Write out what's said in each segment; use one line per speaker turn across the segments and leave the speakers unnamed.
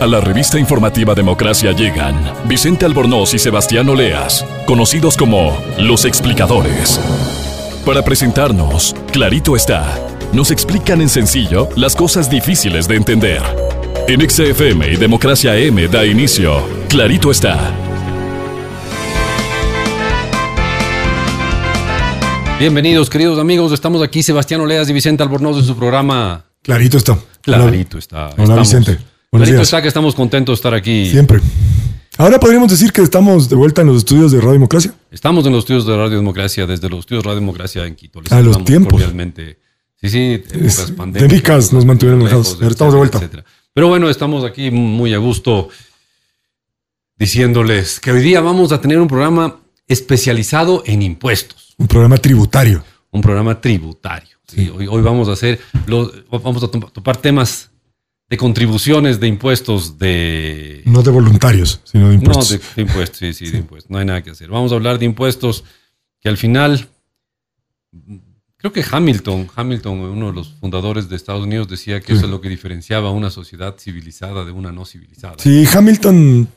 A la revista informativa Democracia llegan Vicente Albornoz y Sebastián Oleas, conocidos como los explicadores. Para presentarnos, clarito está, nos explican en sencillo las cosas difíciles de entender. En XFM y Democracia M da inicio, clarito está.
Bienvenidos, queridos amigos. Estamos aquí, Sebastián Oleas y Vicente Albornoz, en su programa
Clarito está.
Clarito está.
Hola,
Estamos-
Vicente. Buenos
Clarito
días.
está que estamos contentos de estar aquí.
Siempre. Ahora podríamos decir que estamos de vuelta en los estudios de Radio Democracia.
Estamos en los estudios de Radio Democracia, desde los estudios de Radio Democracia en Quito. Les
A los
saludamos
tiempos.
cordialmente. Sí, sí, épocas
Es-
pandémicas,
endémicas nos mantuvieron alejados.
complejos,
Pero estamos de vuelta.
Pero bueno, estamos aquí muy a gusto diciéndoles que hoy día vamos a tener un programa especializado en impuestos.
Un programa tributario.
un programa tributario. ¿sí? Hoy, hoy vamos a hacer, los, vamos a to- topar temas de contribuciones de impuestos de...
No de voluntarios, sino
No,
de impuestos.
de, de impuestos, sí, sí, de impuestos. No hay nada que hacer. Vamos a hablar de impuestos que al final, mm, creo que Hamilton, Hamilton, uno de los fundadores de Estados Unidos, decía que
Sí.
eso es lo que diferenciaba una sociedad civilizada de una no civilizada.
Sí, Hamilton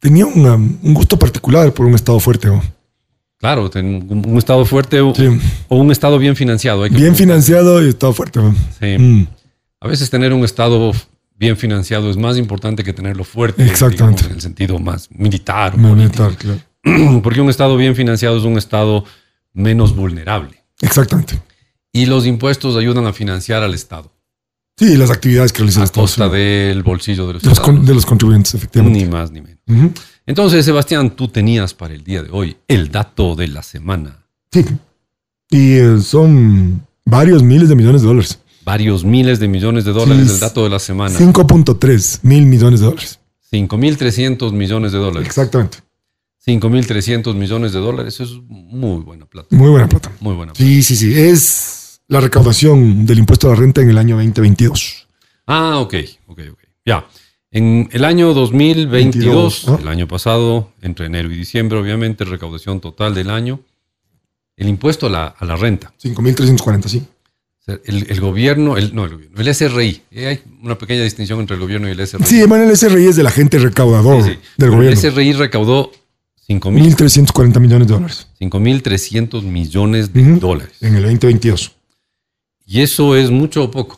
tenía una- un gusto particular por un estado fuerte. ¿no?
Claro, ten- un, un estado fuerte o,
Sí.
o un estado bien financiado. hay que
Bien
preguntar.
financiado y estado fuerte. ¿no?
Sí.
Mm.
A veces tener un Estado bien financiado es más importante que tenerlo fuerte.
Exactamente.
digamos, en el sentido más militar. o
Monetar, claro.
político. Porque un Estado bien financiado es un Estado menos vulnerable.
Exactamente.
Y los impuestos ayudan a financiar al Estado.
Sí, las actividades que realiza
A
el Estado.
costa del bolsillo de los,
de, los con-
ciudadanos.
de los contribuyentes, efectivamente.
Ni más ni menos.
Ujú.
Entonces, Sebastián, tú tenías para el día de hoy el dato de la semana.
Sí. Y eh, son varios miles de millones de dólares.
Varios miles de millones de dólares
Sí,
el dato de la semana.
5.3 mil millones de dólares.
5.300 millones de dólares.
Exactamente.
5.300 millones de dólares. Eso es muy buena plata.
Muy buena plata.
Muy buena.
Sí, sí, sí. Es la recaudación del impuesto a la renta en el año 2022.
Ah, ok, ok, ok. Ya. En el año 2022,
22, ¿no?
el año pasado, entre enero y diciembre, obviamente, recaudación total del año, el impuesto a la, a la renta.
5.340, sí.
O sea, el, el gobierno, el, no, el gobierno, el SRI. Eh, hay una pequeña distinción entre el gobierno y el SRI.
Sí, bueno, el SRI es del agente recaudador
Sí, sí.
del
Pero
gobierno.
El SRI recaudó 5 mil-
1.340 millones de dólares
5.300 millones de
Ujú.
dólares.
en el 2022.
¿Y eso es mucho o poco?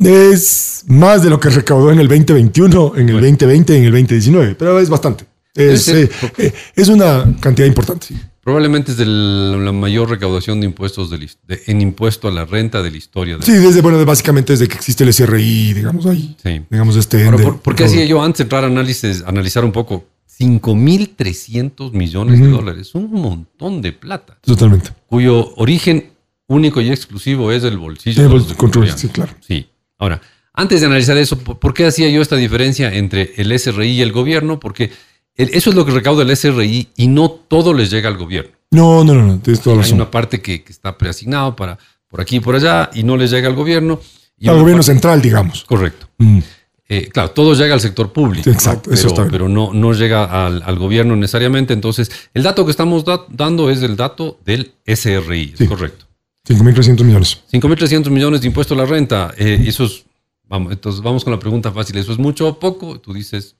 Es más de lo que recaudó en el 2021, en el
Bueno.
2020 y en el 2019, pero es bastante. Es,
Ese-
eh, eh, es una cantidad importante. sí.
Probablemente es de la la mayor recaudación de impuestos del his- de- en impuesto a la renta de la historia. de-
Sí, desde, bueno, básicamente desde que existe el SRI, digamos, ahí.
Sí.
Digamos, este.
Ahora,
ente
¿por, por qué
recaudador.
hacía yo antes de entrar a análisis, analizar un poco? 5.300 millones de
Ujú.
dólares, un montón de plata,
Totalmente.
cuyo origen único y exclusivo es el bolsillo.
Sí,
de
el
los
bolsillo, control,
ecuatorianos.
sí, claro.
Sí. Ahora, antes de analizar eso, ¿por por qué hacía yo esta diferencia entre el SRI y el gobierno? Porque el- eso es lo que recauda el SRI y no todo les llega al gobierno.
No, no, no, no, tienes toda la
Hay
razón.
una parte que, que está preasignado para por aquí y por allá y no les llega al gobierno. Y
Al
una
gobierno
parte-
central, digamos.
Correcto.
Mm,
Eh, claro, todo llega al sector público.
Sí, exacto,
¿no?
eso
pero,
está bien.
pero no, no llega al, al gobierno necesariamente. Entonces, el dato que estamos da- dando es el dato del SRI, es
Sí.
correcto.
5.300 millones.
5.300 millones de impuesto a la renta. eh, y eso es, vamos, entonces vamos con la pregunta fácil. ¿Eso es mucho o poco? Tú dices,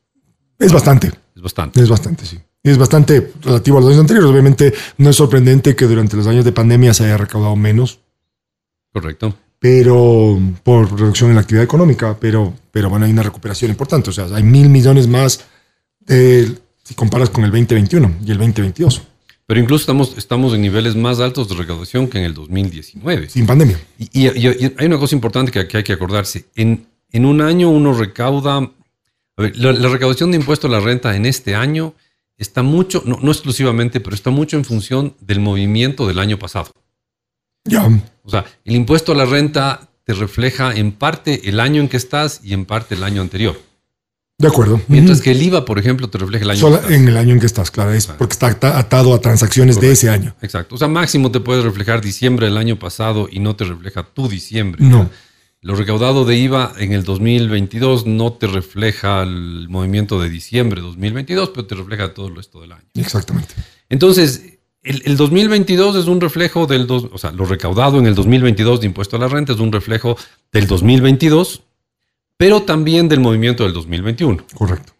Es bastante,
es bastante.
es bastante, sí. Es bastante relativo a los años anteriores. Obviamente, no es sorprendente que durante los años de pandemia se haya recaudado menos,
Correcto.
pero por reducción en la actividad económica, pero, pero bueno, hay una recuperación importante. O sea, hay mil millones más de- si comparas con el 2021 y el 2022,
Pero incluso estamos, estamos en niveles más altos de recaudación que en el 2019.
sin pandemia.
Y, y- y- y hay una cosa importante que, que hay que acordarse. En, en un año uno recauda... a ver, la, la recaudación de impuesto a la renta en este año está mucho, no, no exclusivamente, pero está mucho en función del movimiento del año pasado.
Ya,
O sea, el impuesto a la renta te refleja en parte el año en que estás y en parte el año anterior.
de acuerdo.
Mientras
Ujú.
que el IVA, por ejemplo, te refleja el año
Sola-
que estás.
en el año en que estás, claro, es porque está ata- atado a transacciones de ese año.
Exacto. O sea, máximo te puedes reflejar diciembre del año pasado y no te refleja tu diciembre.
No.
Lo recaudado de IVA en el 2022 no te refleja el movimiento de diciembre 2022, pero te refleja todo el resto del año.
Exactamente.
Entonces, el, el 2022 es un reflejo del... Dos, o sea, lo recaudado en el 2022 de impuesto a la renta es un reflejo del 2022, pero también del movimiento del 2021.
Correcto.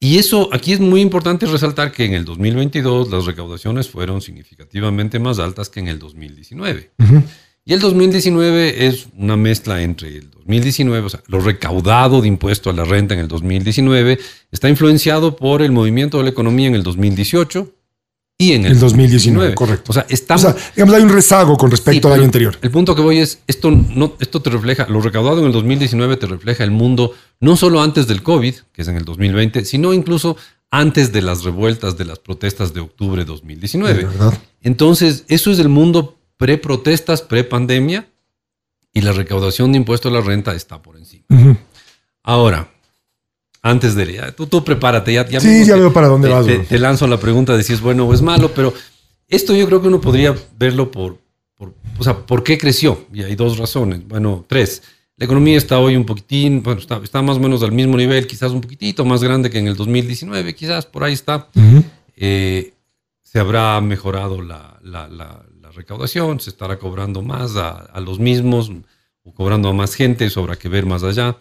Y eso, aquí es muy importante resaltar que en el 2022 las recaudaciones fueron significativamente más altas que en el 2019.
Ujú.
Y el 2019 es una mezcla entre el 2019, o sea, lo recaudado de impuesto a la renta en el 2019 está influenciado por el movimiento de la economía en el 2018 y en el,
El
2019.
2019, correcto.
O sea,
O
estamos...
sea, digamos, hay un rezago con
Sí,
respecto
pero
al año anterior.
El punto que voy es, esto, no, esto te refleja, lo recaudado en el 2019 te refleja el mundo no solo antes del COVID, que es en el 2020, sino incluso antes de las revueltas de las protestas de octubre de 2019.
De verdad.
Entonces, eso es el mundo pre-protestas, pre-pandemia, y la recaudación de impuesto a la renta está por encima.
Ujú.
Ahora, antes de... ya, tú, tú prepárate, ya, ya
Sí,
mismo
ya
te-
veo para dónde
te,
vas.
te-
bro.
te lanzo la pregunta de si es bueno o es malo, pero esto yo creo que uno podría verlo por, por- o sea, ¿por qué creció? Y hay dos razones, bueno, tres. La economía está hoy un poquitín, bueno, está, está más o menos al mismo nivel, quizás un poquitito más grande que en el 2019, quizás por ahí está.
Ujú.
Eh, se habrá mejorado la, la- la- la recaudación, se estará cobrando más a, a los mismos o cobrando a más gente, eso habrá que ver más allá.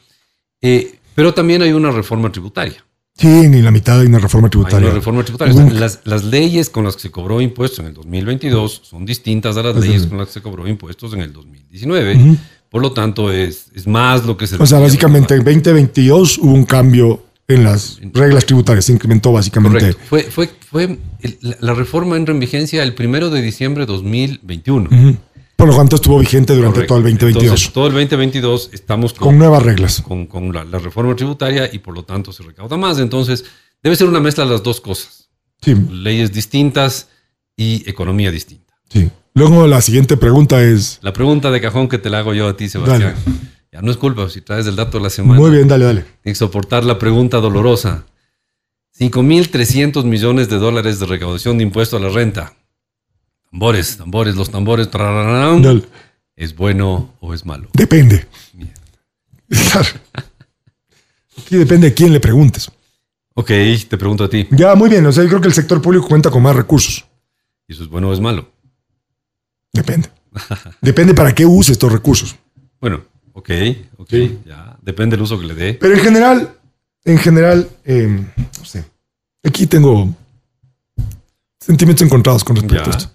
Eh, pero también hay una reforma tributaria.
Sí, ni la mitad hay una reforma
Hay una
tributaria.
reforma tributaria. O sea,
Nunca.
las, las leyes con las que se cobró impuestos en el 2022 son distintas a las
Pues,
leyes
sí.
con las que se cobró impuestos en el 2019.
Ujú.
Por lo tanto, es, es más lo que se...
O sea,
requiere.
básicamente en 2022 hubo un cambio en las reglas tributarias. Se incrementó básicamente.
Correcto. Fue, fue, fue el- la, la reforma entra en vigencia el primero de diciembre de 2021.
Ujú. Por lo tanto, estuvo vigente durante
Correcto.
todo el 2022.
Entonces, todo el 2022 estamos
con
con,
nuevas reglas.
con, con la, la reforma tributaria y por lo tanto se recauda más. Entonces, debe ser una mezcla de las dos cosas.
Sí,
Leyes distintas y economía distinta.
sí. Luego la siguiente pregunta es.
La pregunta de cajón que te la hago yo a ti, Sebastián. Ya no es culpa si traes el dato de la semana.
Muy bien, dale, dale.
Tienes que soportar la pregunta dolorosa. 5.300 millones de dólares de recaudación de impuesto a la renta. Tambores, tambores, los tambores. tarararán.
Dale.
¿Es bueno o es malo?
Depende.
Bien.
Claro. Aquí depende de quién le preguntes.
Ok, te pregunto a ti.
Ya, muy bien. O sea, yo creo que el sector público cuenta con más recursos.
¿Y ¿Eso es bueno o es malo?
Depende. Depende para qué use estos recursos.
Bueno, ok, ok,
Sí.
ya. Depende del uso que le dé.
Pero en general, en general, eh, no sé. Aquí tengo sentimientos encontrados con respecto
Ya.
a esto.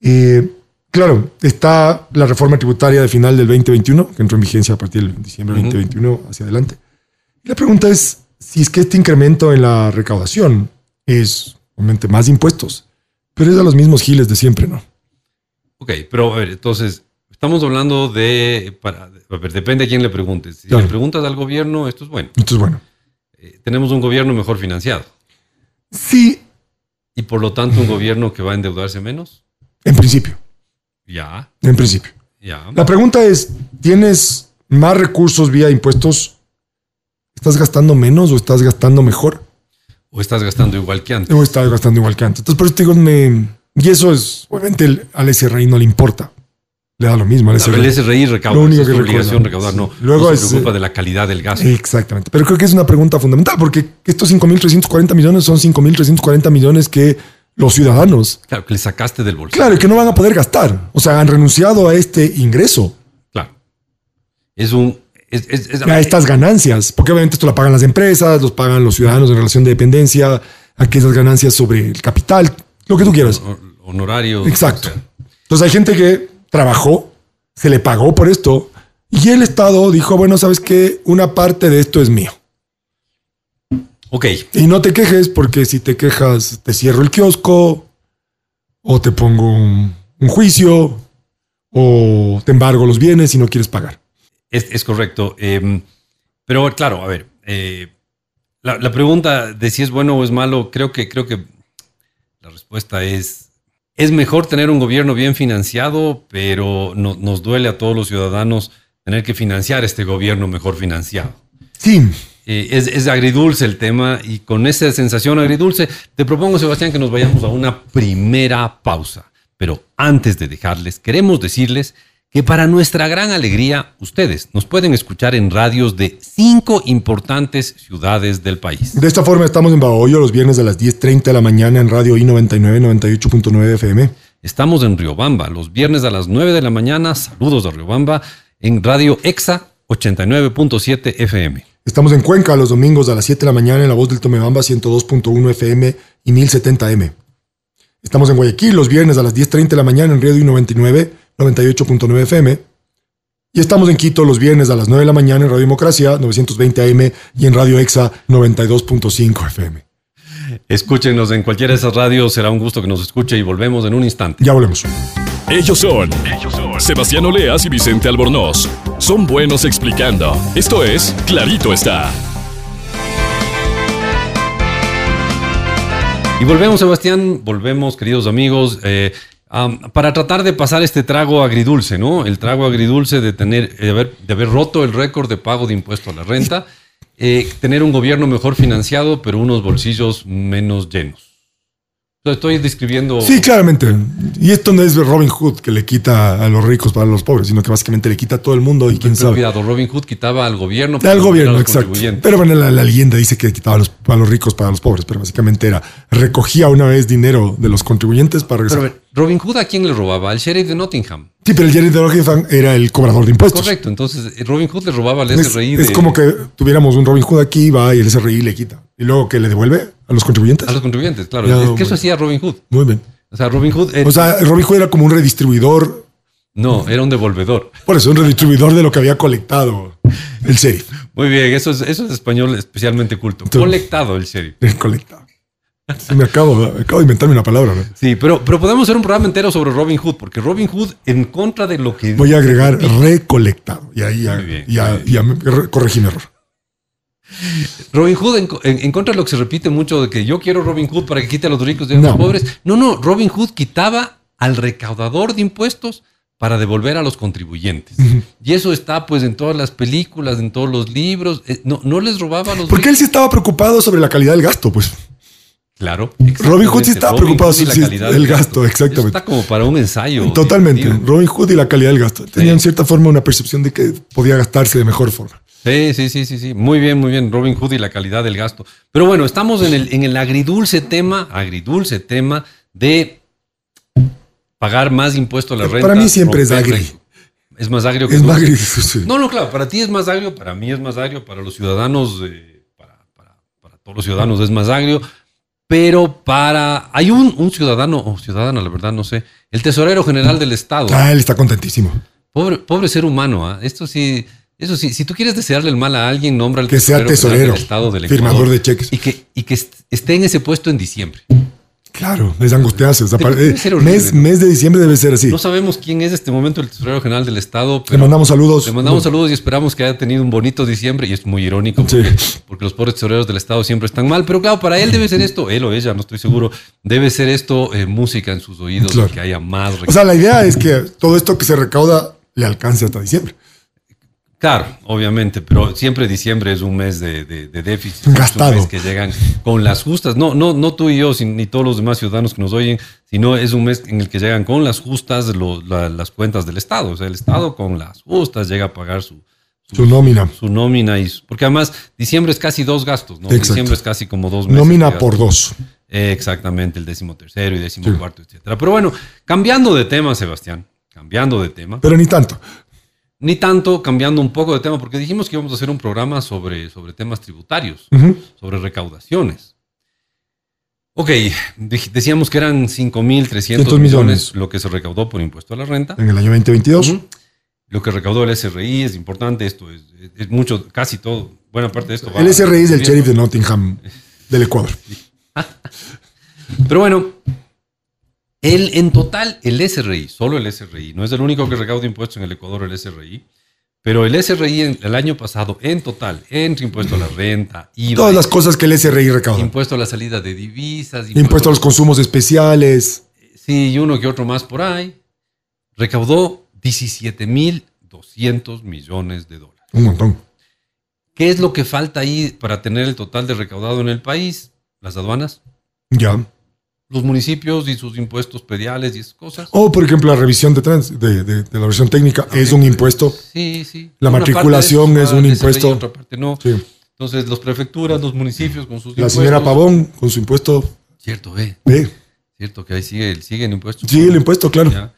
Eh, claro, está la reforma tributaria de final del 2021, que entró en vigencia a partir del diciembre del
Ujú.
2021 hacia adelante. Y la pregunta es si es que este incremento en la recaudación es obviamente más impuestos, pero es a los mismos giles de siempre, ¿no?
Ok, pero a ver, entonces, estamos hablando de... Para, a ver, depende a quién le preguntes. Si
Claro.
le preguntas al gobierno, esto es bueno.
Entonces, bueno,
Eh, tenemos un gobierno mejor financiado
sí,
y por lo tanto un gobierno que va a endeudarse menos.
en principio,
Ya,
en principio.
ya.
La pregunta es, ¿tienes más recursos vía impuestos? ¿Estás gastando menos o estás gastando mejor?
O estás gastando igual que antes.
O estás gastando igual que antes. Entonces, por eso te digo, me- y eso es, obviamente, el- al SRI no le importa. Le da lo mismo al SRI.
El SRI recauda,
Lo único
es
que
su obligación
recuerda.
recaudar, no.
Luego
no
es,
se preocupa
eh,
de la calidad del gasto.
Exactamente. Pero creo que es una pregunta fundamental porque estos 5.340 millones son 5.340 millones que los ciudadanos,
Claro, que le sacaste del bolsillo.
claro, que no van a poder gastar. O sea, han renunciado a este ingreso.
Claro. Es un... Es, es- es-
a estas ganancias, porque obviamente esto lo pagan las empresas, los pagan los ciudadanos en relación de dependencia, a que esas ganancias sobre el capital, lo que tú quieras.
hon- honorarios.
Exacto.
o sea,
Entonces hay gente que trabajó, se le pagó por esto, y el Estado dijo, bueno, sabes que una parte de esto es mío.
ok,
Y no te quejes, porque si te quejas, te cierro el kiosco, o te pongo un, un juicio, o te embargo los bienes si no quieres pagar.
Es, es correcto. eh, pero claro, a ver, eh, la, la pregunta de si es bueno o es malo, creo que, creo que la respuesta es, es mejor tener un gobierno bien financiado, pero no- nos duele a todos los ciudadanos tener que financiar este gobierno mejor financiado.
Sí,
Eh, es, es agridulce el tema y con esa sensación agridulce, te propongo, Sebastián, que nos vayamos a una primera pausa. Pero antes de dejarles, queremos decirles que para nuestra gran alegría, ustedes nos pueden escuchar en radios de cinco importantes ciudades del país.
De esta forma estamos en Bahoyo los viernes a las 10.30 de la mañana en Radio I99 98.9 FM.
Estamos en Riobamba los viernes a las 9 de la mañana. Saludos a Riobamba en Radio EXA 89.7 FM.
Estamos en Cuenca los domingos a las 7 de la mañana en la voz del Tomebamba 102.1 FM y 1070M. Estamos en Guayaquil los viernes a las 10.30 de la mañana en Radio 99, 98.9 FM. Y estamos en Quito los viernes a las 9 de la mañana en Radio Democracia 920 AM y en Radio EXA 92.5 FM.
Escúchenos en cualquiera de esas radios, será un gusto que nos escuche y volvemos en un instante.
Ya volvemos.
Ellos son, Sebastián Oleas y Vicente Albornoz. Son buenos explicando. Esto es Clarito está.
Y volvemos, Sebastián, volvemos, queridos amigos, eh, um, para tratar de pasar este trago agridulce, ¿no? El trago agridulce de, tener, de, haber, de haber roto el récord de pago de impuesto a la renta, eh, tener un gobierno mejor financiado, pero unos bolsillos menos llenos. Estoy describiendo.
Sí, claramente. Y esto no es Robin Hood que le quita a los ricos para los pobres, sino que básicamente le quita a todo el mundo y quién
Pero
sabe.
Cuidado, Robin Hood quitaba al gobierno.
Al gobierno,
los
exacto.
contribuyentes.
Pero bueno, la, la leyenda dice que quitaba a los, a los ricos para los pobres, pero básicamente era recogía una vez dinero de los contribuyentes para
Pero a
regresar.
ver, Robin Hood a quién le robaba? Al sheriff de Nottingham.
sí, pero el Jerry de Rohan era el cobrador de impuestos.
Correcto. Entonces, eh, Robin Hood le robaba al
Es,
SRI.
es
de-
como que tuviéramos un Robin Hood aquí, va y el SRI le quita. Y luego que le devuelve a los contribuyentes.
A los contribuyentes, claro.
Ya,
es que
bueno.
eso hacía Robin Hood.
Muy bien.
O sea, Robin Hood. eh,
O sea, Robin Hood era como un redistribuidor,
no, era un devolvedor.
por eso, un redistribuidor de lo que había colectado el sheriff.
Muy bien, eso es, eso es español especialmente culto.
Tú.
Colectado el sheriff.
El colectado. Sí, me acabo, acabo de inventarme una palabra. ¿no?
Sí, pero, pero podemos hacer un programa entero sobre Robin Hood, porque Robin Hood, en contra de lo que.
Voy a agregar recolectado. Y ahí ya,
Muy bien,
ya-
muy
ya me- re- corregí mi error.
Robin Hood en, en- en contra de lo que se repite mucho de que yo quiero Robin Hood para que quite a los ricos y a los
No.
pobres. No, no, Robin Hood quitaba al recaudador de impuestos para devolver a los contribuyentes. Y eso está pues en todas las películas, en todos los libros. Eh, No, no les robaba a los
Porque
ricos.
él sí estaba preocupado sobre la calidad del gasto, pues.
Claro.
Robin Hood
exactamente.
sí está preocupado
Hood y la
sí, sí,
calidad
el
del
gasto, exactamente.
Está como para un ensayo.
Totalmente.
definitivo.
Robin Hood y la calidad del gasto. Tenía
Sí.
en cierta forma una percepción de que podía gastarse de mejor forma.
Sí, sí, sí, sí, sí. Muy bien, muy bien. Robin Hood y la calidad del gasto. Pero bueno, estamos en el, en el agridulce tema, agridulce tema de pagar más impuesto a la
Para
renta.
mí siempre es
romper
agri.
récord. Es más agrio que
Es
dulce.
más gris, sí.
No, no, claro, para ti es más agrio, para mí es más agrio, para los ciudadanos, eh, para, para- para todos los ciudadanos es más agrio, pero para... Hay un, un ciudadano o ciudadana, la verdad, no sé, el tesorero general del Estado.
Ah, él está contentísimo.
Pobre, pobre ser humano, ¿ah? Esto sí, eso sí, si tú quieres desearle el mal a alguien, nombra al
Que sea
general
tesorero,
del Estado del
firmador
Ecuador.
de cheques.
Y que, y que est- esté en ese puesto en diciembre.
Claro, es angustiarse. o sea,
Debe-
para-
debe ser
eh,
horrible,
mes,
¿no?
mes de diciembre debe ser así.
No sabemos quién es este momento el tesorero general del Estado,
Le
pero
mandamos saludos.
le mandamos
No.
saludos y esperamos que haya tenido un bonito diciembre. Y es muy irónico
Sí.
porque, porque los pobres tesoreros del Estado siempre están mal. Pero claro, para él debe ser esto, él o ella, no estoy seguro, debe ser esto eh, música en sus oídos,
Claro.
que haya más
O sea, la idea es que todo esto que se recauda le alcance hasta diciembre.
Claro, obviamente, pero siempre diciembre es un mes de, de- de déficit. Es
Gastado.
un mes que llegan con las justas. No, no, no tú y yo, sin- ni todos los demás ciudadanos que nos oyen, sino es un mes en el que llegan con las justas lo- la- las cuentas del Estado. O sea, el Estado con las justas llega a pagar su,
Su nómina.
su nómina. y su- Porque además, diciembre es casi dos gastos, ¿no?
Exacto.
Diciembre es casi como dos meses. de
Nómina
gasto.
por dos.
Eh, Exactamente, el décimo tercero y décimo cuarto, etcétera. Pero bueno, cambiando de tema, Sebastián, cambiando de tema
Pero ni tanto.
ni tanto cambiando un poco de tema, porque dijimos que íbamos a hacer un programa sobre, sobre temas tributarios,
Ujú.
sobre recaudaciones. Ok, dij- decíamos que eran 5.300
millones.
millones, lo que se recaudó por impuesto a la renta.
En el año 2022.
Ujú. Lo que recaudó el SRI es importante, esto es, es- es mucho, casi todo, buena parte de esto va
El SRI es
al
el
gobierno.
sheriff de Nottingham, del Ecuador.
Pero bueno, el, en total, el SRI, solo el SRI, no es el único que recauda impuestos en el Ecuador, el SRI, pero el SRI en- el año pasado, en total, entre impuesto a la renta, IVA,
Todas las cosas que el SRI recauda.
impuesto a la salida de divisas,
Impuesto a los consumos especiales.
Sí, y uno que otro más por ahí, recaudó 17.200 millones de dólares.
Un montón.
¿Qué es lo que falta ahí para tener el total de recaudado en el país? Las aduanas,
Ya.
los municipios y sus impuestos pediales y esas cosas.
O, por ejemplo, la revisión de, trans- de, de- de la revisión técnica Ah,
Ah,
es un impuesto.
Sí, sí.
La
Una parte
matriculación
de
es un
parte se
impuesto.
veía, otra parte no.
Sí.
Entonces, las prefecturas, los municipios con sus
La señora
impuestos.
Pavón, con su impuesto
Cierto, eh.
B.
Cierto que ahí sigue, siguen impuestos.
Sí, el impuesto, claro.
Ya.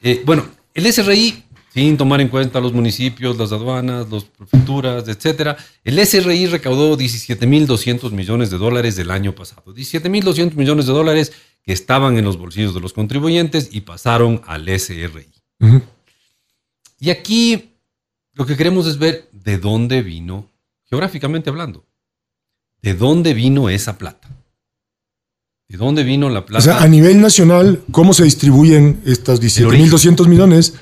Eh, bueno, el SRI, sin tomar en cuenta los municipios, las aduanas, las prefecturas, etcétera. El SRI recaudó 17.200 millones de dólares del año pasado. 17.200 millones de dólares que estaban en los bolsillos de los contribuyentes y pasaron al SRI.
Ujú.
Y aquí lo que queremos es ver de dónde vino, geográficamente hablando, de dónde vino esa plata. ¿De dónde vino la
O
plata?
sea, a nivel nacional, ¿cómo se distribuyen estas 17.200 millones?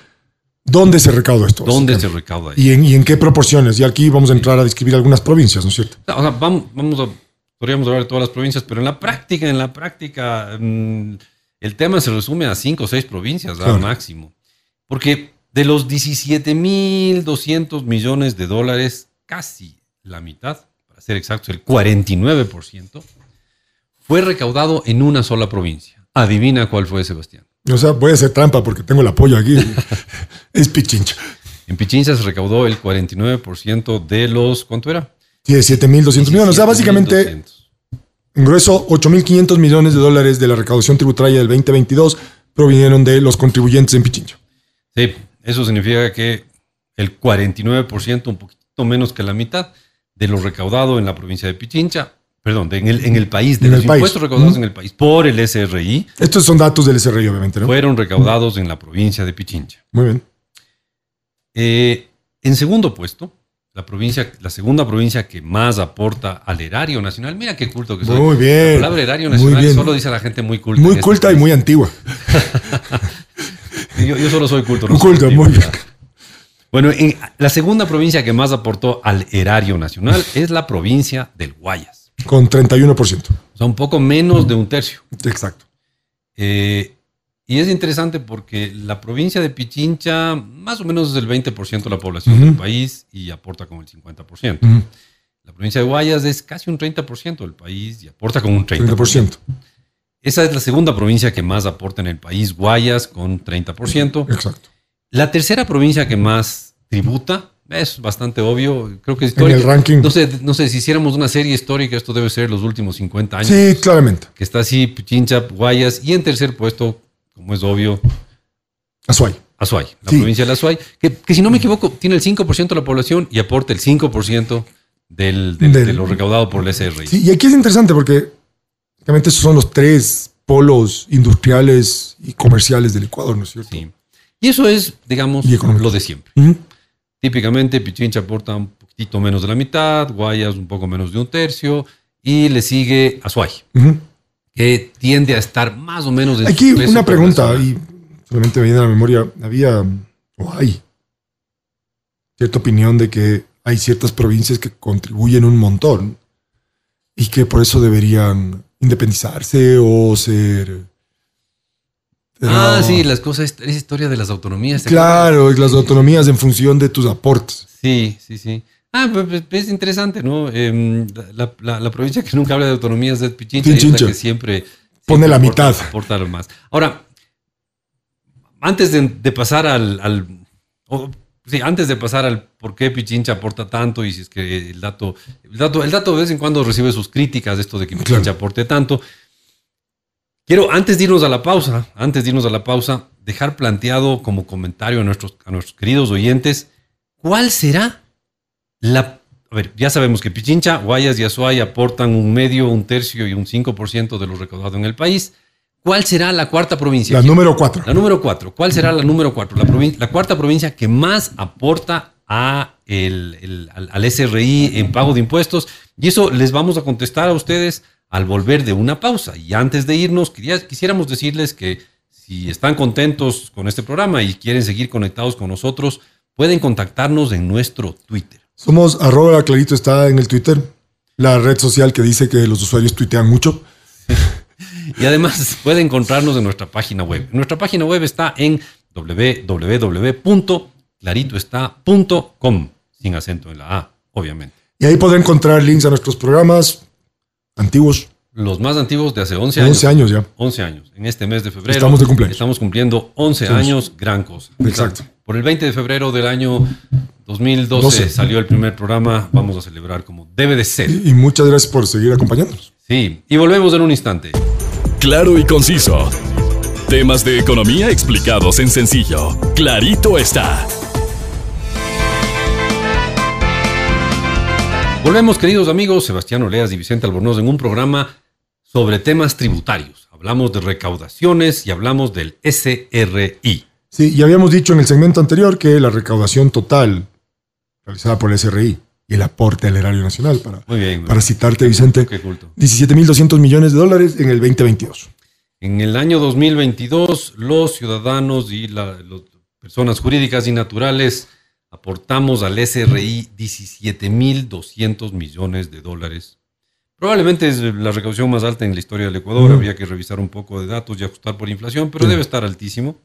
¿Dónde se recauda esto?
¿Dónde se recauda eso?
¿Y en, y en qué proporciones? Y aquí vamos a entrar a describir algunas provincias, ¿no es cierto?
O sea, vamos, vamos a, podríamos hablar de todas las provincias, pero en la práctica, en la práctica, mm, el tema se resume a cinco o seis provincias al
Claro.
máximo. Porque de los 17.200 millones de dólares, casi la mitad, para ser exactos, el 49%, fue recaudado en una sola provincia. Adivina cuál fue, Sebastián.
O sea, voy a hacer trampa porque tengo el apoyo aquí. es Pichincha.
En Pichincha se recaudó el 49% de los, ¿cuánto era?
17.200 millones. O sea, básicamente,
17.200.
en grueso, 8.500 millones de dólares de la recaudación tributaria del 2022 provinieron de los contribuyentes en Pichincha.
Sí, eso significa que el 49%, un poquito menos que la mitad, de lo recaudado en la provincia de Pichincha, perdón, de- en, el, en el país, de
En
los
el país.
impuestos recaudados en el país por el SRI,
Estos son datos del SRI, obviamente, ¿no?
fueron recaudados en la provincia de Pichincha.
Muy bien.
Eh, en segundo puesto, la, provincia, la segunda provincia que más aporta al erario nacional, mira qué culto que soy.
Muy bien.
La palabra erario
Muy
nacional
bien.
solo dice a la gente muy culta. en
Muy
este
culta y
país.
muy antigua.
Yo, yo solo soy culto. no soy
Culto,
antiguo,
muy bien.
¿verdad? Bueno, en la segunda provincia que más aportó al erario nacional es la provincia del Guayas.
Con 31%.
O sea, un poco menos de un tercio.
Exacto.
Eh, y es interesante porque la provincia de Pichincha más o menos es el 20% de la población del
Ujú.
país y aporta como el 50%.
Ujú.
La provincia de Guayas es casi un 30% del país y aporta como un 30%.
30%.
Esa es la segunda provincia que más aporta en el país, Guayas con 30%.
Exacto.
La tercera provincia que más tributa es bastante obvio. Creo que
En el
histórica.
ranking.
No sé, no sé, si hiciéramos una serie histórica, esto debe ser los últimos 50 años.
Sí, claramente.
Que está así, Pichincha, Guayas. Y en tercer puesto, como es obvio,
Azuay.
Azuay, la
Sí.
provincia de Azuay. Que, que si no me equivoco, tiene el 5% de la población y aporta el 5% del, del-
Del-
de lo recaudado por el SRI.
Sí, y aquí es interesante porque realmente esos son los tres polos industriales y comerciales del Ecuador, ¿no es cierto?
Sí. Y eso es, digamos,
Y económico.
lo de siempre.
Ujú.
Típicamente Pichincha aporta un poquitito menos de la mitad, Guayas un poco menos de un tercio y le sigue Azuay,
Ujú.
que tiende a estar más o menos en su
Aquí
peso
una pregunta,
poblacional.
y solamente me viene a la memoria, había o hay cierta opinión de que hay ciertas provincias que contribuyen un montón y que por eso deberían independizarse o ser...
Ah,
Pero-
sí, las cosas, esa historia de las autonomías. ¿te
Claro, y
acuerdas?
las autonomías en función de tus aportes.
Sí, sí, sí. Ah, pues, pues, es interesante, ¿no? Em, la, la- la provincia que nunca habla de autonomías es Pichincha, y es la
Pichincha.
que siempre...
Pone la
aporta-
mitad.
aporta lo más. Ahora, antes de, de pasar al... al- o- sí, antes de pasar al por qué Pichincha aporta tanto y si es que el dato... El dato, el dato de vez en cuando recibe sus críticas de esto de que Pichincha
Claro.
aporte tanto. Quiero, antes de irnos a la pausa, antes de irnos a la pausa, dejar planteado como comentario a nuestros, a nuestros queridos oyentes, ¿cuál será la... A ver, ya sabemos que Pichincha, Guayas y Azuay aportan un medio, un tercio y un 5% de lo recaudado en el país. ¿Cuál será la cuarta provincia?
La
¿Quién-
número cuatro.
la número cuatro. ¿Cuál será la número cuatro? La, provin- la cuarta provincia que más aporta a el- el- al, al SRI en pago de impuestos. Y eso les vamos a contestar a ustedes al volver de una pausa. Y antes de irnos, quería- quisiéramos decirles que si están contentos con este programa y quieren seguir conectados con nosotros, pueden contactarnos en nuestro Twitter.
Somos arroba clarito está en el Twitter, la red social que dice que los usuarios tuitean mucho.
Y además puede encontrarnos en nuestra página web. Nuestra página web está en www.claritoestá.com, sin acento en la A, obviamente.
Y ahí podrá encontrar links a nuestros programas antiguos,
Los más antiguos de hace 11 años.
11 años ya.
11 años. En este mes de febrero.
Estamos de cumpleaños.
Estamos cumpliendo 11
Estamos-
años, gran cosa.
Exacto.
Por el 20 de febrero del año 2012
12.
salió el primer programa. Vamos a celebrar como debe de ser.
Y y muchas gracias por seguir acompañándonos.
Sí. Y volvemos en un instante.
Claro y conciso. Temas de economía explicados en sencillo. Clarito está.
Volvemos, queridos amigos, Sebastián Oleas y Vicente Albornoz en un programa sobre temas tributarios. Hablamos de recaudaciones y hablamos del SRI.
Sí, y habíamos dicho en el segmento anterior que la recaudación total realizada por el SRI y el aporte al erario nacional, para,
Muy bien.
para citarte, Vicente,
Qué culto.
17.200 millones de dólares en el 2022.
En el año 2022, los ciudadanos y las personas jurídicas y naturales aportamos al SRI 17.200 millones de dólares. Probablemente es la recaudación más alta en la historia del Ecuador.
Ujú.
Habría que revisar un poco de datos y ajustar por inflación, pero
Sí.
debe estar altísimo.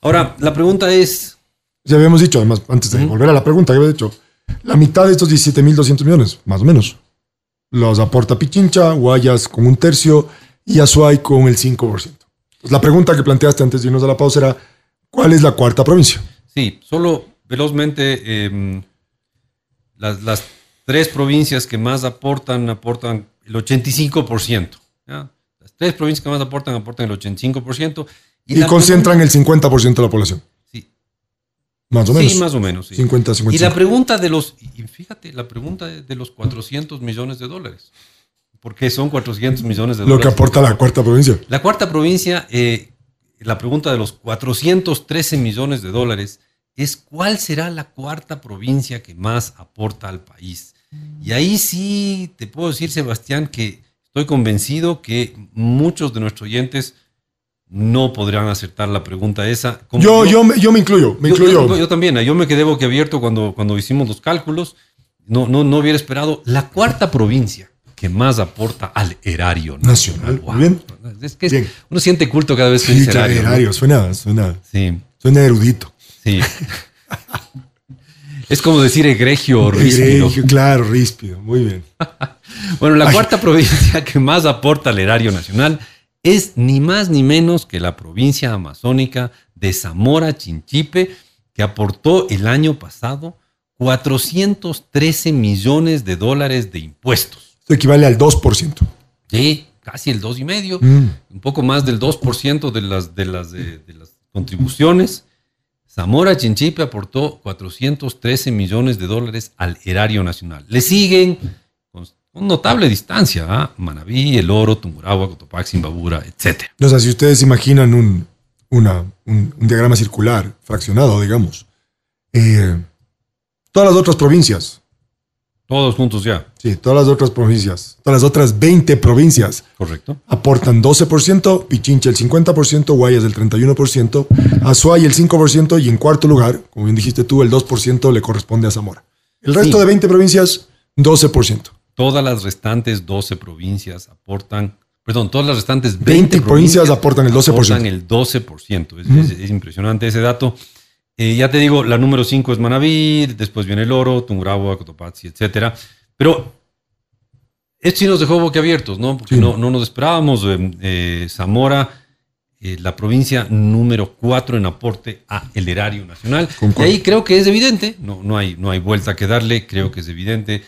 Ahora, la pregunta es,
Ya habíamos dicho, además, antes de
Ujú.
volver a la pregunta que había hecho, la mitad de estos 17.200 millones, más o menos, los aporta Pichincha, Guayas con un tercio y Azuay con el 5%. Entonces, Pues la pregunta que planteaste antes de irnos a la pausa era, ¿cuál es la cuarta provincia?
Sí, solo velozmente, eh, las, las tres provincias que más aportan, aportan el 85%. ¿ya? Las tres provincias que más aportan, aportan el 85%.
Y,
la
concentran el 50% de la población,
pregunta- sí,
más o menos.
sí, más o menos. sí.
50, 50.
Y la pregunta de los, y fíjate, la pregunta de, de los 400 millones de dólares. Porque son 400 millones de
lo que
dólares.
aporta la cuarta provincia.
La cuarta provincia, eh, la pregunta de los 413 millones de dólares es cuál será la cuarta provincia que más aporta al país. Y ahí sí te puedo decir, Sebastián, que estoy convencido que muchos de nuestros oyentes no podrán acertar la pregunta esa. Como
Yo, yo, me, yo me incluyo, me
yo- yo-
incluyo.
Yo, también, ¿eh? yo me quedé boquiabierto cuando, cuando hicimos los cálculos. No, no, no hubiera esperado la cuarta provincia que más aporta al erario
Nacional,
Wow.
muy bien.
Es que es-
Bien.
uno siente culto cada vez que
Sí,
dice
claro,
erario. ¿no?
erario, suena, suena,
Sí,
suena erudito.
sí. es como decir egregio o ríspido.
Egregio, claro, ríspido, muy bien.
Bueno, la cuarta provincia que más aporta al erario nacional es ni más ni menos que la provincia amazónica de Zamora Chinchipe, que aportó el año pasado 413 millones de dólares de impuestos.
Esto equivale al 2%.
Sí, casi el 2,5%. y medio.
Mm.
un poco más del 2% de las, de, las, eh, de las contribuciones. Zamora Chinchipe aportó 413 millones de dólares al erario nacional. Le siguen con, con notable distancia a Manabí, El Oro, Tungurahua, Cotopaxi, Imbabura, etc.
O sea, si ustedes imaginan un, una- un- un diagrama circular, fraccionado, digamos, eh, todas las otras provincias,
Todos juntos ya,
sí, todas las otras provincias, todas las otras 20 provincias
¿correcto?
aportan 12%, Pichincha el 50%, Guayas el 31%, Azuay el 5% y en cuarto lugar, como bien dijiste tú, el 2% le corresponde a Zamora. El
Sí.
resto de 20 provincias, 12%.
Todas las restantes 12 provincias aportan, perdón, todas las restantes 20,
20 provincias aportan el 12%.
aportan el 12%. Es, es- es impresionante ese dato. Eh, ya te digo, la número 5 es Manabí, después viene el oro, Tungurahua, Cotopaxi, etcétera. Pero esto sí nos dejó boquiabiertos, ¿no? Porque
Sí.
no, no nos esperábamos. eh, eh, Zamora, eh, la provincia número 4 en aporte a el erario nacional. Y
Concuerdo.
ahí creo que es evidente, no, no, hay, no hay vuelta que darle, creo que es evidente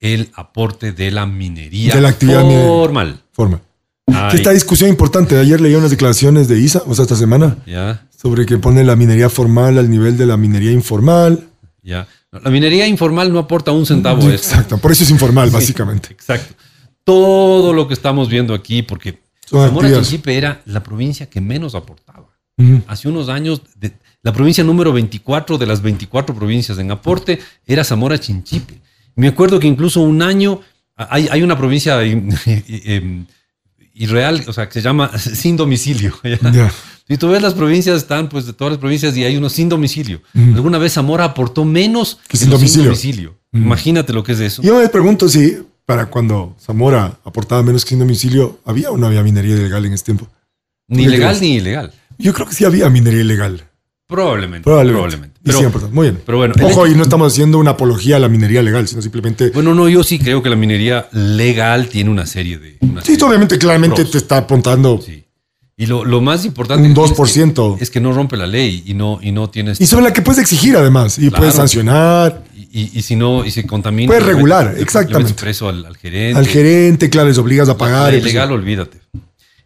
el aporte de la minería
De la actividad minera.
formal.
Forma.
Ay,
Esta discusión importante, ayer leí unas declaraciones de ISA, o sea, esta semana,
ya.
sobre que pone la minería formal al nivel de la minería informal.
Ya. No, La minería informal no aporta un centavo a esto.
Mm, Exacto, por eso es informal, básicamente.
Exacto. Todo lo que estamos viendo aquí, porque
Son
Zamora
actividades.
Chinchipe era la provincia que menos aportaba.
Ujú.
Hace unos años, de- la provincia número 24 de las 24 provincias en aporte era Zamora Chinchipe. Me acuerdo que incluso un año a- hay, hay una provincia em, em, irreal, o sea, que se llama sin domicilio. ¿ya?
Ya.
Si tú ves las provincias, están pues de todas las provincias y hay unos sin domicilio.
Ujú.
Alguna vez Zamora aportó menos
Que sin
los
domicilio. Ujú.
Imagínate lo que es eso.
Yo me pregunto si para cuando Zamora aportaba menos que sin domicilio, ¿había o no había minería ilegal en ese tiempo?
Ni
¿Qué
legal
crees?
ni ilegal.
Yo creo que sí había minería ilegal.
Probablemente.
Probablemente.
Probablemente.
Y sí,
Pero,
aportaba. Muy bien.
pero bueno, el
Ojo,
hecho-
y no estamos haciendo una apología a la minería legal, sino simplemente...
bueno, no, yo sí creo que la minería legal tiene una serie de. una
Sí,
serie de-
obviamente, claramente
Pros.
te está apuntando
Sí. Y lo, lo más importante.
un
que tienes que-
2%.
Es que, no rompe la ley y no, y no tienes.
Y sobre la que puedes exigir, además, y
Claro.
puedes sancionar,
y, y- y si no, y se contamina.
Puedes
le metes-
regular,
le- le metes
exactamente.
preso al, al gerente.
al gerente, claro, les obligas a pagar. pues,
La
etcétera.
ilegal, olvídate.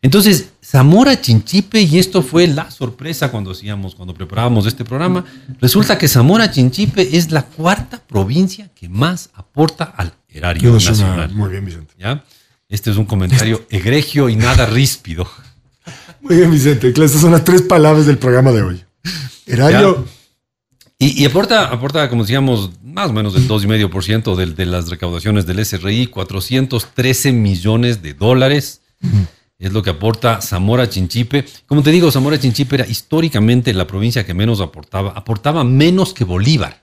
Entonces, Zamora Chinchipe, y esto fue la sorpresa cuando hacíamos, cuando preparábamos este programa, resulta que Zamora Chinchipe es la cuarta provincia que más aporta al Erario
Eso suena
Nacional.
Muy bien, Vicente.
¿ya? Este es un comentario egregio y nada ríspido.
Muy bien, Vicente. Claro, Estas son las tres palabras del programa de hoy. Erario,
Y, y aporta, aporta, como decíamos, más o menos el 2,5% del- de, las recaudaciones del SRI, 413 millones de dólares. Es lo que aporta Zamora Chinchipe. Como te digo, Zamora Chinchipe era históricamente la provincia que menos aportaba. Aportaba menos que Bolívar,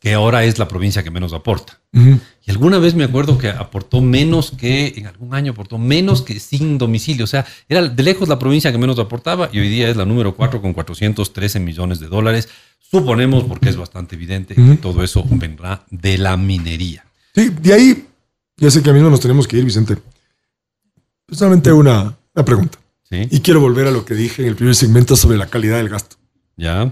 que ahora es la provincia que menos aporta.
Ujú.
Y alguna vez me acuerdo que aportó menos que, en algún año aportó menos que sin domicilio. O sea, era de lejos la provincia que menos aportaba y hoy día es la número 4 con 413 millones de dólares. Suponemos, porque es bastante evidente, que
Ujú.
todo eso vendrá de la minería.
Sí, de ahí, ya sé que a mismo nos tenemos que ir, Vicente. Solamente una, una pregunta.
¿Sí?
Y quiero volver a lo que dije en el primer segmento sobre la calidad del gasto.
¿Ya?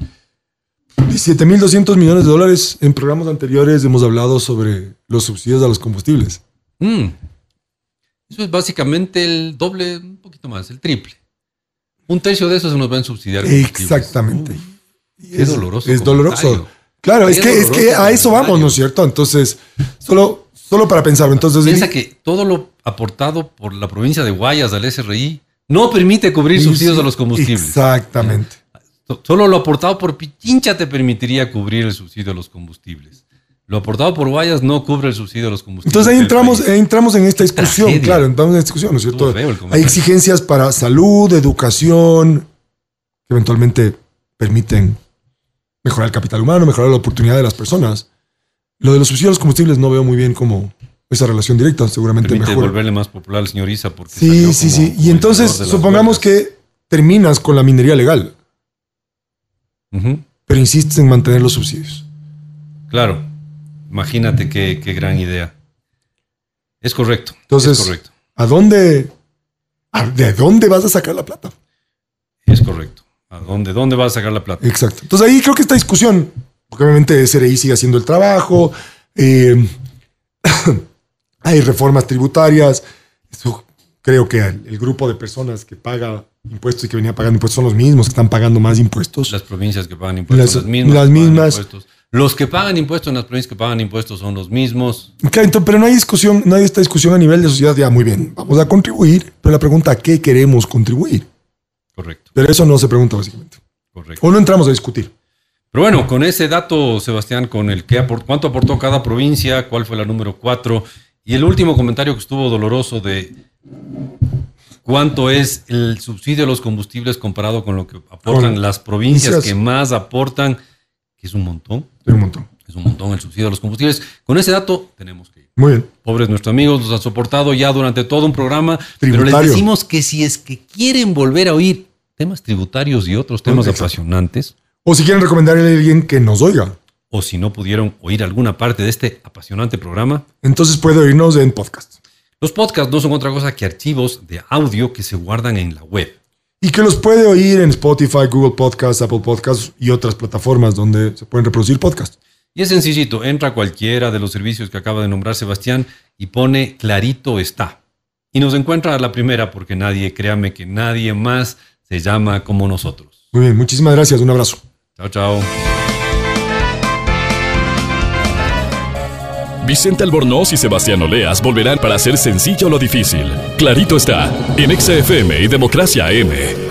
17.200 millones de dólares. En programas anteriores hemos hablado sobre los subsidios a los combustibles.
Mm. Eso es básicamente el doble, un poquito más, el triple. Un tercio de eso se nos va a subsidiar. combustibles.
Exactamente. Y
Qué doloroso
Es doloroso.
comentario.
Claro, es
Qué
que, es
doloroso
que a eso vamos,
comentario.
¿no es cierto? Entonces, solo, solo para pensarlo. Entonces,
Piensa que todo lo aportado por la provincia de Guayas al SRI no permite cubrir subsidios a los combustibles.
Exactamente.
So- Solo lo aportado por Pichincha te permitiría cubrir el subsidio a los combustibles. Lo aportado por Guayas no cubre el subsidio a los combustibles.
Entonces ahí
del
entramos,
país.
ahí entramos en esta discusión,
Tragedia.
claro, entramos en esta discusión, ¿no es cierto?
Estuvo feo el
Hay
comentario.
exigencias para salud, educación, que eventualmente permiten mejorar el capital humano, mejorar la oportunidad de las personas. Lo de los subsidios a los combustibles no veo muy bien como esa relación directa, seguramente
Permite
mejor.
volverle más popular al señor Isa porque salió
Sí,
como-
sí, sí.
como
Y
el
entonces
creador de las
supongamos
huelgas.
que terminas con la minería legal,
Ujú,
pero insistes en mantener los subsidios.
Claro. Imagínate qué, qué gran idea. Es correcto.
Entonces-
es correcto.
¿A dónde? a- ¿De dónde vas a sacar la plata?
Es correcto. ¿A dónde, dónde vas a sacar la plata?
Exacto. Entonces ahí creo que esta discusión, porque obviamente SRI sigue haciendo el trabajo, eh, hay reformas tributarias, eso creo que el, el grupo de personas que paga impuestos y que venía pagando impuestos son los mismos que están pagando más impuestos.
Las provincias que pagan impuestos,
Las-
las, mismas.
las
que pagan
mismas.
impuestos. Los que pagan impuestos en las provincias que pagan impuestos son los mismos.
Claro, entonces, pero no hay discusión, no hay esta discusión a nivel de sociedad, ya muy bien, vamos a contribuir, pero la pregunta, ¿a qué queremos contribuir?
Correcto,
Pero eso no se pregunta básicamente.
correcto.
O no entramos a discutir.
Pero bueno, con ese dato, Sebastián, con el que apor- cuánto aportó cada provincia, cuál fue la número cuatro, y el último comentario que estuvo doloroso de cuánto es el subsidio a los combustibles comparado con lo que aportan
Con
las provincias
provincias.
que más aportan, que es un montón,
Hay un montón.
es un montón el subsidio a los combustibles. Con ese dato tenemos que ir.
Muy bien.
Pobres nuestros amigos, los han soportado ya durante todo un programa, pero
Tributario.
les decimos que si es que quieren volver a oír temas tributarios y otros temas
Exacto.
apasionantes,
O si quieren recomendarle a alguien que nos oiga,
o si no pudieron oír alguna parte de este apasionante programa,
entonces puede oírnos en podcast.
los podcasts no son otra cosa que archivos de audio que se guardan en la web.
Y que los puede oír en Spotify, Google Podcasts, Apple Podcasts y otras plataformas donde se pueden reproducir podcasts.
Y es sencillito, entra a cualquiera de los servicios que acaba de nombrar Sebastián y pone clarito está. Y nos encuentra a la primera porque nadie, créame que nadie más se llama como nosotros.
Muy bien, muchísimas gracias, un abrazo.
Chao, chao.
Vicente Albornoz y Sebastián Oleas volverán para hacer sencillo lo difícil. Clarito está en XFM y Democracia M.